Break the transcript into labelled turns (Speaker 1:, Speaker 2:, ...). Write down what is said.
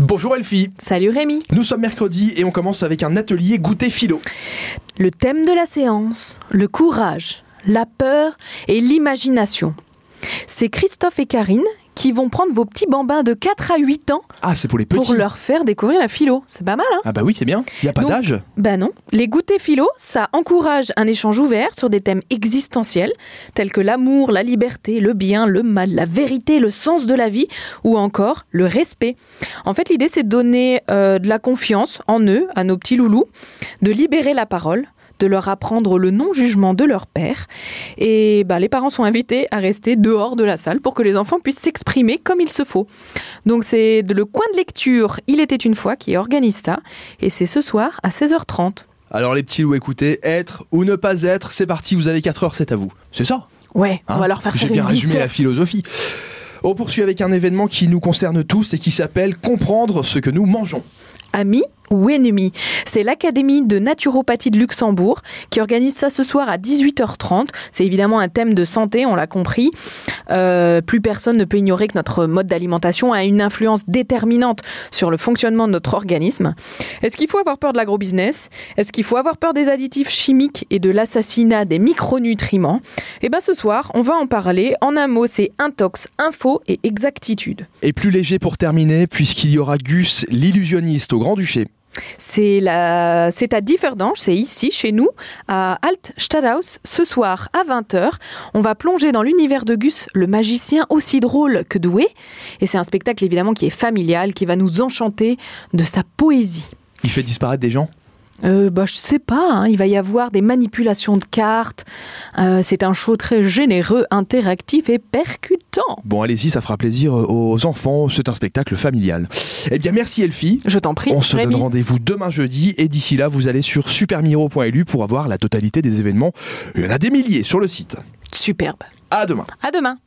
Speaker 1: Bonjour Elfie.
Speaker 2: Salut Rémi.
Speaker 1: Nous sommes mercredi et on commence avec un atelier goûter philo.
Speaker 2: Le thème de la séance, le courage, la peur et l'imagination. C'est Christophe et Karine qui vont prendre vos petits bambins de 4 à 8 ans
Speaker 1: Ah, c'est pour les petits.
Speaker 2: pour leur faire découvrir la philo. C'est pas mal, hein
Speaker 1: Ah bah oui, c'est bien. Il y a pas
Speaker 2: Donc-
Speaker 1: d'âge.
Speaker 2: Ben non. Les goûters philo, ça encourage un échange ouvert sur des thèmes existentiels, tels que l'amour, la liberté, le bien, le mal, la vérité, le sens de la vie, ou encore le respect. En fait, l'idée, c'est de donner euh, de la confiance en eux, à nos petits loulous, de libérer la parole de leur apprendre le non-jugement de leur père. Et ben, les parents sont invités à rester dehors de la salle pour que les enfants puissent s'exprimer comme il se faut. Donc c'est de- le coin de lecture Il était une fois qui organise ça. Et c'est ce soir à 16h30.
Speaker 1: Alors les petits loups, écoutez, être ou ne pas être, c'est parti, vous avez 4 heures, c'est à vous. C'est ça
Speaker 2: Ouais,
Speaker 1: hein
Speaker 2: on va leur faire
Speaker 1: J'ai
Speaker 2: faire
Speaker 1: bien
Speaker 2: une
Speaker 1: résumé la
Speaker 2: dissert.
Speaker 1: philosophie. On poursuit avec un événement qui nous concerne tous et qui s'appelle Comprendre ce que nous mangeons.
Speaker 2: Amis ou ennemis. C'est l'Académie de naturopathie de Luxembourg qui organise ça ce soir à 18h30. C'est évidemment un thème de santé, on l'a compris. Euh, plus personne ne peut ignorer que notre mode d'alimentation a une influence déterminante sur le fonctionnement de notre organisme. Est-ce qu'il faut avoir peur de l'agro-business Est-ce qu'il faut avoir peur des additifs chimiques et de l'assassinat des micronutriments Eh bien ce soir, on va en parler. En un mot, c'est intox, info et exactitude.
Speaker 1: Et plus léger pour terminer, puisqu'il y aura Gus, l'illusionniste au Grand-Duché.
Speaker 2: C'est la... c'est à Differdange, c'est ici, chez nous, à Altstadthaus, ce soir à 20h. On va plonger dans l'univers de Gus, le magicien aussi drôle que doué. Et c'est un spectacle évidemment qui est familial, qui va nous enchanter de sa poésie.
Speaker 1: Il fait disparaître des gens
Speaker 2: Euh, bah, je sais pas, hein, il va y avoir des manipulations de cartes. Euh, c'est un show très généreux, interactif et percutant.
Speaker 1: Bon, allez-y, ça fera plaisir euh, aux enfants, c'est un spectacle familial. Eh bien, merci Elfie.
Speaker 2: Je t'en prie,
Speaker 1: On se
Speaker 2: Rémi.
Speaker 1: donne rendez-vous demain jeudi et d'ici là, vous allez sur supermiro.lu pour avoir la totalité des événements. Il y en a des milliers sur le site.
Speaker 2: Superbe.
Speaker 1: À demain.
Speaker 2: À demain.